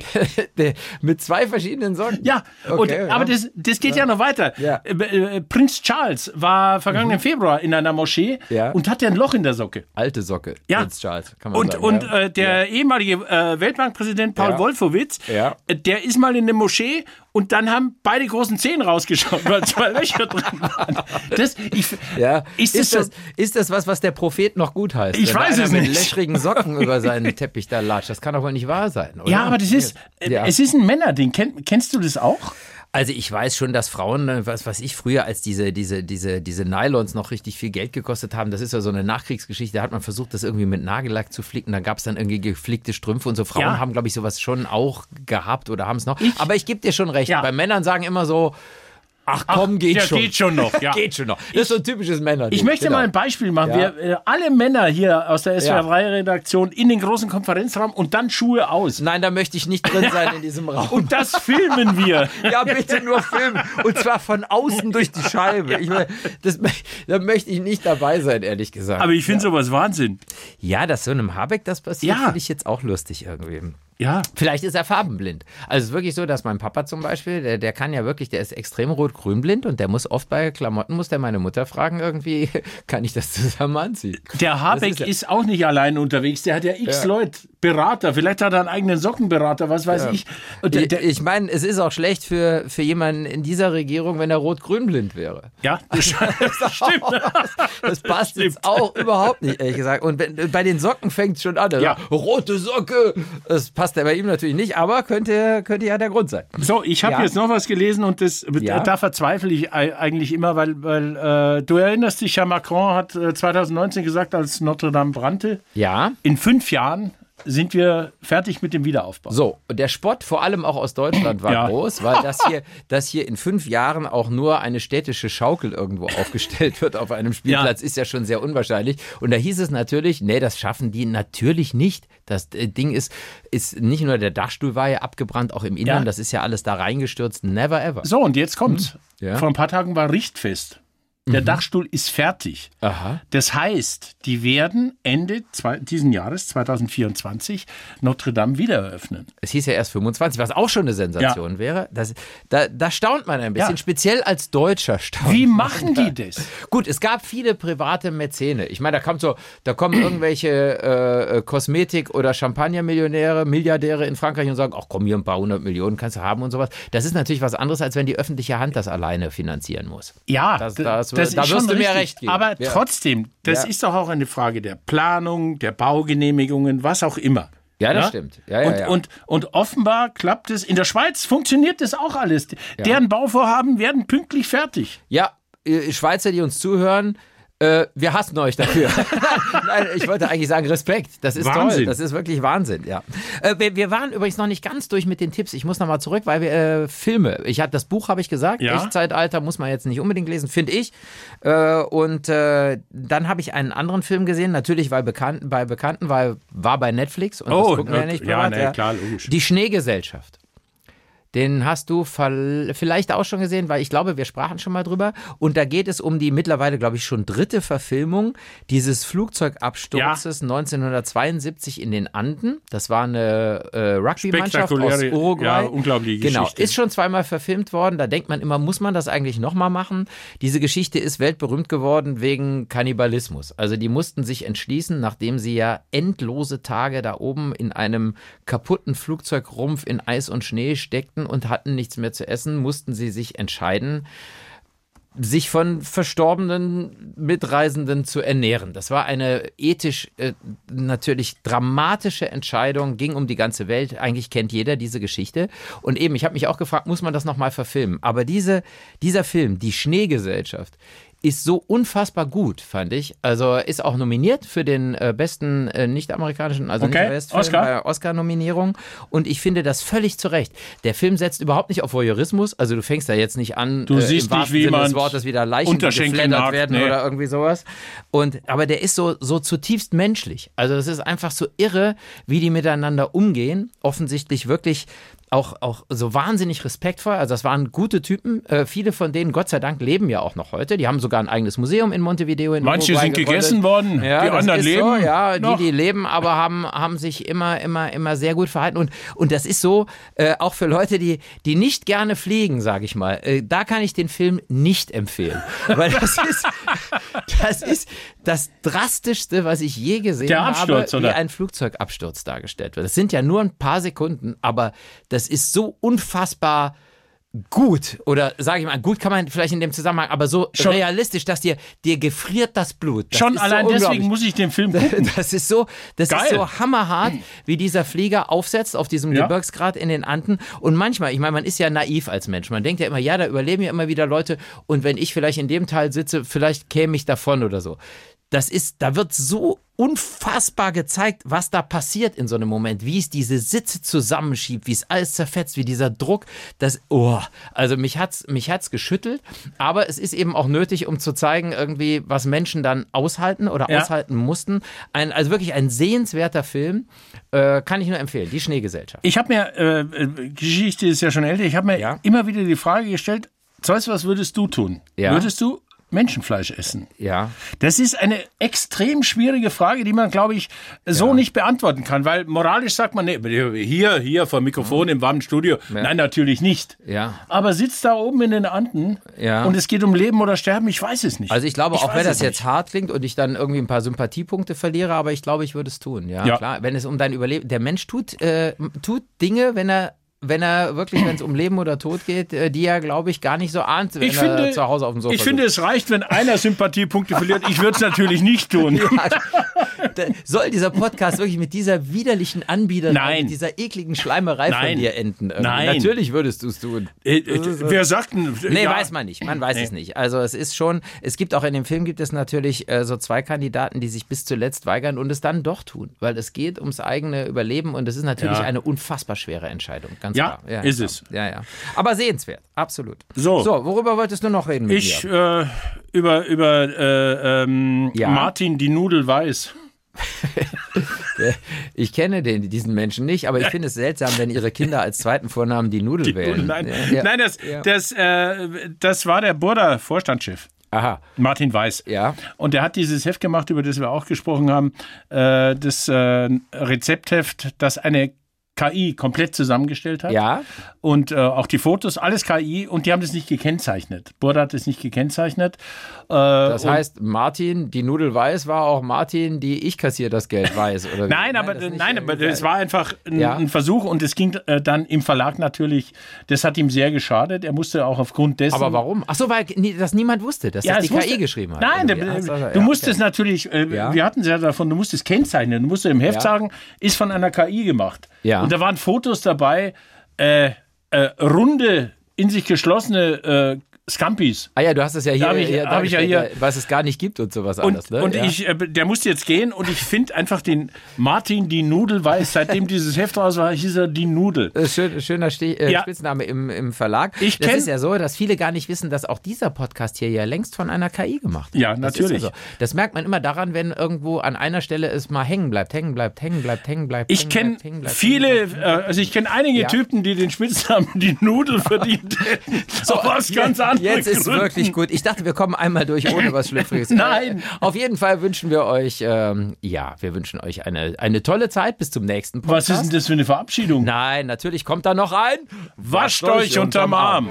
S2: der- mit zwei verschiedenen Socken.
S3: Ja, und,
S2: Okay,
S3: aber
S2: ja.
S3: das, das geht ja, noch weiter.
S2: Ja. Mhm.
S3: Äh, äh, Prinz Charles war vergangenen Februar in einer Moschee
S2: Ja.
S3: und hatte ein Loch in der Socke.
S2: Alte Socke.
S3: Ja.
S2: Prinz Charles, kann man
S3: Und,
S2: sagen.
S3: und
S2: ja.
S3: äh, der ehemalige äh, Weltbankpräsident Paul
S2: Ja.
S3: Wolfowitz,
S2: Ja.
S3: äh, der ist mal in eine Moschee und dann haben beide großen Zehen rausgeschaut, weil zwei Löcher drin waren. Das, ich,
S2: Ja.
S3: Ist
S2: Ist, das,
S3: das so-
S2: ist das was, was der Prophet noch gut heißt?
S3: Ich
S2: Wenn da
S3: weiß
S2: einer
S3: es
S2: mit
S3: nicht.
S2: löchrigen Socken über seinen Teppich da latscht. Das kann doch wohl nicht wahr sein, oder?
S3: ja, aber das ist, äh,
S2: Ja.
S3: es ist ein Männerding. Kenn, kennst du das auch?
S2: Also ich weiß schon, dass Frauen, äh, was was ich früher als diese diese diese diese Nylons noch richtig viel Geld gekostet haben, das ist ja so eine Nachkriegsgeschichte, da hat man versucht, das irgendwie mit Nagellack zu flicken, dann gab es dann irgendwie geflickte Strümpfe und so Frauen
S3: Ja.
S2: haben glaube ich sowas schon auch gehabt oder haben es noch. Aber ich gebe dir schon recht,
S3: Ja.
S2: bei Männern sagen immer so Ach komm, geht
S3: ja,
S2: schon.
S3: geht schon noch, ja.
S2: Geht schon noch. Das ist so ein typisches genau. Männer.
S3: Ich möchte mal ein Beispiel machen.
S2: Ja.
S3: Wir, äh, alle Männer hier aus der
S2: Ja.
S3: SWR3-Redaktion in den großen Konferenzraum und dann Schuhe aus.
S2: Nein, da möchte ich nicht drin sein in diesem Raum.
S3: Und das filmen wir.
S2: Ja, bitte nur filmen. Und zwar von außen durch die Scheibe. Ich meine, das, mö- da möchte ich nicht dabei sein, ehrlich gesagt.
S3: Aber ich finde sowas Wahnsinn.
S2: ja, dass so einem Habeck das passiert,
S3: Ja.
S2: finde ich jetzt auch lustig irgendwie.
S3: Ja.
S2: Vielleicht ist er farbenblind. Also es ist wirklich so, dass mein Papa zum Beispiel, der, der kann ja wirklich, der ist extrem rot-grün-blind und der muss oft bei Klamotten, muss der meine Mutter fragen irgendwie, kann ich das zusammen anziehen?
S3: Der Habeck ist,
S2: ist ja-
S3: auch nicht allein unterwegs. Der hat ja x
S2: Ja.
S3: Leute Berater. Vielleicht hat er einen eigenen Sockenberater, was weiß ich. Und der,
S2: Ich,
S3: der,
S2: ich meine, es ist auch schlecht für, für jemanden in dieser Regierung, wenn er rot-grün-blind wäre.
S3: ja, das stimmt.
S2: Das passt jetzt auch überhaupt nicht, ehrlich gesagt. Und wenn, bei den Socken fängt es schon an. Also,
S3: Ja.
S2: Rote Socke. Das passt ja bei ihm natürlich nicht, aber könnte, könnte ja der Grund sein.
S3: So, ich habe
S2: Ja.
S3: jetzt noch was gelesen und das, äh,
S2: Ja.
S3: da verzweifle ich ei- eigentlich immer, weil, weil äh, du erinnerst dich ja, Macron hat äh, 2019 gesagt, als Notre Dame brannte,
S2: Ja,
S3: in fünf Jahren sind wir fertig mit dem Wiederaufbau.
S2: So, und der Spott, vor allem auch aus Deutschland, war
S3: Ja.
S2: groß, weil das hier, das hier in fünf Jahren auch nur eine städtische Schaukel irgendwo aufgestellt wird auf einem Spielplatz,
S3: Ja.
S2: ist ja schon sehr unwahrscheinlich. Und da hieß es natürlich, nee, das schaffen die natürlich nicht. Das äh, Ding ist, ist nicht nur der Dachstuhl war ja abgebrannt, auch im Innern,
S3: Ja.
S2: das ist ja alles da reingestürzt. Never ever.
S3: So, und jetzt kommt's.
S2: Mhm. Ja. Mhm.
S3: Vor ein paar Tagen war Richtfest. Der Dachstuhl ist fertig.
S2: Aha.
S3: Das heißt, die werden Ende zwei, diesen Jahres, 2024, Notre Dame wieder eröffnen.
S2: Es hieß ja erst 25, was auch schon eine Sensation wäre. Das, da, da staunt man ein bisschen,
S3: Ja.
S2: speziell als Deutscher staunt.
S3: Wie machen die das?
S2: Gut, es gab viele private Mäzene. Ich meine, da kommt so, da kommen irgendwelche äh, äh, Kosmetik- oder Champagner-Millionäre, Milliardäre in Frankreich und sagen, ach komm, hier ein paar hundert Millionen kannst du haben und sowas. Das ist natürlich was anderes, als wenn die öffentliche Hand das alleine finanzieren muss.
S3: Ja,
S2: Das-
S3: d-
S2: das- da wirst du mir recht geben.
S3: Aber
S2: Ja.
S3: trotzdem, das
S2: Ja.
S3: ist doch auch eine Frage der Planung, der Baugenehmigungen, was auch immer.
S2: Ja, das stimmt. Ja, ja,
S3: und,
S2: ja.
S3: Und, und offenbar klappt es. In der Schweiz funktioniert das auch alles. Deren Bauvorhaben werden pünktlich fertig.
S2: Ja, ihr Schweizer, die uns zuhören, äh, wir hassen euch dafür. nein, nein, ich wollte eigentlich sagen Respekt. Das ist toll.
S3: Wahnsinn.
S2: Das ist wirklich Wahnsinn. Ja. Äh, wir, wir waren übrigens noch nicht ganz durch mit den Tipps. Ich muss nochmal zurück, weil wir äh, Filme. Ich hab, das Buch habe ich gesagt.
S3: Ja.
S2: Echtzeitalter muss man jetzt nicht unbedingt lesen, finde ich. Äh, und äh, dann habe ich einen anderen Film gesehen. Natürlich weil Bekannten bei Bekannten, weil war bei Netflix und das
S3: Oh,
S2: gucken wir ja
S3: na,
S2: nicht.
S3: ja,
S2: privat,
S3: nee, klar, logisch.
S2: Die Schneegesellschaft. Den hast du verl- vielleicht auch schon gesehen, weil ich glaube, wir sprachen schon mal drüber. Und da geht es um die mittlerweile, glaube ich, schon dritte Verfilmung dieses Flugzeugabsturzes 1972 in den Anden. Das war eine äh, Rugby-Mannschaft aus
S3: Spektakuläre,
S2: Uruguay.
S3: ja, unglaubliche
S2: Genau,
S3: Geschichte.
S2: ist schon zweimal verfilmt worden. Da denkt man immer, muss man das eigentlich nochmal machen? Diese Geschichte ist weltberühmt geworden wegen Kannibalismus. Also die mussten sich entschließen, nachdem sie ja endlose Tage da oben in einem kaputten Flugzeugrumpf in Eis und Schnee steckten und hatten nichts mehr zu essen, mussten sie sich entscheiden, sich von verstorbenen Mitreisenden zu ernähren. Das war eine ethisch äh, natürlich dramatische Entscheidung, ging um die ganze Welt. Eigentlich kennt jeder diese Geschichte. Und eben, ich habe mich auch gefragt, muss man das nochmal verfilmen? Aber diese, dieser Film, Die Schneegesellschaft, ist so unfassbar gut, fand ich. Also ist auch nominiert für den äh, besten äh, nicht-amerikanischen, also
S3: Okay,
S2: nicht Oscar.
S3: Oscar.
S2: Äh, Oscar-Nominierung und ich finde das völlig zu Recht. Der Film setzt überhaupt nicht auf Voyeurismus, also du fängst da jetzt nicht an,
S3: Du siehst
S2: äh, im
S3: nicht,
S2: wahrsten
S3: wie
S2: Sinne des
S3: jemand
S2: Wortes wieder Leichen die
S3: Unterschenkel
S2: geflattert
S3: nackt,
S2: werden
S3: nee.
S2: oder irgendwie sowas. Und, aber der ist so, so zutiefst menschlich. Also es ist einfach so irre, wie die miteinander umgehen. Offensichtlich wirklich auch, auch so wahnsinnig respektvoll. Also das waren gute Typen. Äh, viele von denen, Gott sei Dank, leben ja auch noch heute. Die haben sogar ein eigenes Museum in Montevideo. In
S3: Manche
S2: Uruguay
S3: sind
S2: gegründet.
S3: gegessen worden,
S2: Ja,
S3: die
S2: das
S3: anderen
S2: ist So,
S3: leben.
S2: ja, die,
S3: noch.
S2: die leben, aber haben, haben sich immer, immer, immer sehr gut verhalten. Und, und das ist so, äh, auch für Leute, die, die nicht gerne fliegen, sage ich mal, äh, da kann ich den Film nicht empfehlen. Weil das ist, das ist das Drastischste, was ich je gesehen
S3: Der Absturz,
S2: habe, wie
S3: oder?
S2: ein Flugzeugabsturz dargestellt wird. Das sind ja nur ein paar Sekunden, aber das ist so unfassbar gut oder sage ich mal gut kann man vielleicht in dem Zusammenhang aber so
S3: Schon-
S2: realistisch dass dir dir gefriert das Blut das
S3: Schon
S2: ist
S3: allein
S2: so unglaublich.
S3: deswegen muss ich den Film gucken.
S2: Das ist so, das
S3: Geil. Mhm.
S2: ist so hammerhart, wie dieser Flieger aufsetzt auf diesem
S3: Ja.
S2: Gebirgsgrat in den Anden. Und manchmal, ich meine, man ist ja naiv als Mensch. Man denkt ja immer, ja, da überleben ja immer wieder Leute. Und wenn ich vielleicht in dem Teil sitze, vielleicht käme ich davon oder so. Das ist, da wird so unfassbar gezeigt, was da passiert in so einem Moment, wie es diese Sitze zusammenschiebt, wie es alles zerfetzt, wie dieser Druck, das, oh, also mich hat's, mich hat's geschüttelt, aber es ist eben auch nötig, um zu zeigen irgendwie, was Menschen dann aushalten oder
S3: Ja.
S2: aushalten mussten. Ein, also wirklich ein sehenswerter Film, äh, kann ich nur empfehlen, die Schneegesellschaft.
S3: Ich habe mir, äh, äh, Geschichte ist ja schon älter, ich habe mir
S2: Ja.
S3: immer wieder die Frage gestellt, Zeus, was würdest du tun?
S2: Ja.
S3: Würdest du Menschenfleisch essen?
S2: Ja,
S3: Das ist eine extrem schwierige Frage, die man, glaube ich, so nicht beantworten kann, weil moralisch sagt man, nee, hier, hier vor dem Mikrofon im warmen Studio. Nein, natürlich nicht.
S2: Mhm. ja.
S3: Aber sitzt da oben in den Anden
S2: Ja.
S3: und es geht um Leben oder Sterben, ich weiß es nicht.
S2: Also ich glaube, auch
S3: weiß
S2: wenn das
S3: es
S2: jetzt hart klingt und ich dann irgendwie ein paar Sympathiepunkte verliere, aber ich glaube, ich würde es tun. Ja,
S3: Ja.
S2: klar. Wenn es um dein Überleben, der Mensch tut äh, tut Dinge, wenn er wenn er wirklich, wenn es um Leben oder Tod geht, äh, die er, glaube ich, gar nicht so ahnt, wenn
S3: Ich
S2: er
S3: finde,
S2: zu Hause auf dem Sofa
S3: ich finde, es reicht, wenn einer Sympathiepunkte verliert. Ich würde es natürlich nicht tun.
S2: sitzt. da- soll dieser Podcast wirklich mit dieser widerlichen Anbieterei,
S3: Nein.
S2: mit dieser ekligen Schleimerei
S3: Nein.
S2: von dir enden? irgendwie?
S3: Nein.
S2: Natürlich würdest du es tun.
S3: Äh, äh, Wer sagt denn?
S2: Nee,
S3: ja.
S2: weiß man nicht. Man weiß es nicht. Also es ist schon, es gibt auch in dem Film gibt es natürlich äh, so zwei Kandidaten, die sich bis zuletzt weigern und es dann doch tun. Weil es geht ums eigene Überleben und es ist natürlich
S3: Ja.
S2: eine unfassbar schwere Entscheidung. Ganz
S3: Ja,
S2: klar.
S3: ist
S2: klar.
S3: es.
S2: Ja, ja. Aber sehenswert, absolut.
S3: So.
S2: So, worüber wolltest du noch reden mit
S3: Ich
S2: mir?
S3: äh, über, über äh, ähm,
S2: Ja.
S3: Martin die Nudel weiß.
S2: Ich kenne den, diesen Menschen nicht, aber ich finde es seltsam, wenn ihre Kinder als zweiten Vornamen die Nudel wählen.
S3: Nein,
S2: Ja, ja.
S3: nein das,
S2: Ja.
S3: das, äh, das war der Burda Vorstandschef.
S2: Aha,
S3: Martin Weiß.
S2: ja.
S3: Und er hat dieses Heft gemacht, über das wir auch gesprochen haben, äh, das äh, Rezeptheft, das eine KI komplett zusammengestellt hat.
S2: Ja,
S3: Und äh, auch die Fotos, alles KI. Und die haben das nicht gekennzeichnet. Burda hat das nicht gekennzeichnet. Äh,
S2: das
S3: und-
S2: heißt, Martin, die Nudel weiß, war auch Martin, die ich kassiere das Geld weiß. Oder wie?
S3: Nein, aber,
S2: das ist nicht äh,
S3: nein, aber
S2: irgendwie-
S3: es war einfach ein,
S2: Ja.
S3: ein Versuch und es ging äh, dann im Verlag natürlich, das hat ihm sehr geschadet. Er musste auch aufgrund dessen.
S2: Aber warum? Ach so, weil nie- das niemand wusste, dass das
S3: es
S2: die
S3: musste-
S2: KI geschrieben hat.
S3: Nein,
S2: Irgendwie.
S3: der-
S2: Ach so,
S3: du
S2: ja,
S3: musst
S2: okay.
S3: es natürlich, äh,
S2: Ja.
S3: wir hatten es ja davon, du musst es kennzeichnen. Du musst im Heft
S2: Ja.
S3: sagen, ist von einer KI gemacht.
S2: Ja.
S3: Und da waren Fotos dabei, äh, äh, runde, in sich geschlossene äh, Scampis.
S2: Ah ja, du hast es ja hier,
S3: Hab ich-
S2: hier
S3: hab ich ja
S2: dargestellt,
S3: hier-
S2: was es gar nicht gibt und sowas
S3: Und,
S2: anderes. Ne?
S3: und
S2: ja.
S3: ich, äh, der musste jetzt gehen und ich finde einfach den Martin die Nudel weiß. Seitdem dieses Heft raus war, hieß er die Nudel.
S2: Das ist Schön, schöner Stich, äh,
S3: Ja.
S2: Spitzname im, im Verlag.
S3: Ich
S2: das
S3: kenn-
S2: ist ja so, dass viele gar nicht wissen, dass auch dieser Podcast hier ja längst von einer KI gemacht wird.
S3: Ja,
S2: Das,
S3: natürlich.
S2: ist ja so. das merkt man immer daran, wenn irgendwo an einer Stelle es mal hängen bleibt, hängen bleibt, hängen bleibt, hängen bleibt.
S3: Ich
S2: hängen
S3: kenne
S2: bleibt, hängen bleibt, hängen
S3: viele, äh, also ich kenne einige
S2: Ja.
S3: Typen, die den Spitznamen die Nudel verdient hätten. So was
S2: bleibt.
S3: ganz anderes.
S2: Oh, Jetzt ist
S3: Gründen.
S2: wirklich gut. Ich dachte, wir kommen einmal durch ohne was Schlüpfriges. Äh,
S3: Nein.
S2: Auf jeden Fall wünschen wir euch, ähm, ja, wir wünschen euch eine, eine tolle Zeit bis zum nächsten Podcast.
S3: Was ist denn das für eine Verabschiedung?
S2: Nein, natürlich kommt da noch ein.
S3: Wascht euch unterm Arm.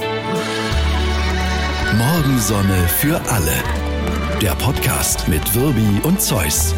S1: Morgensonne für alle. Der Podcast mit Wirbi und Zeus.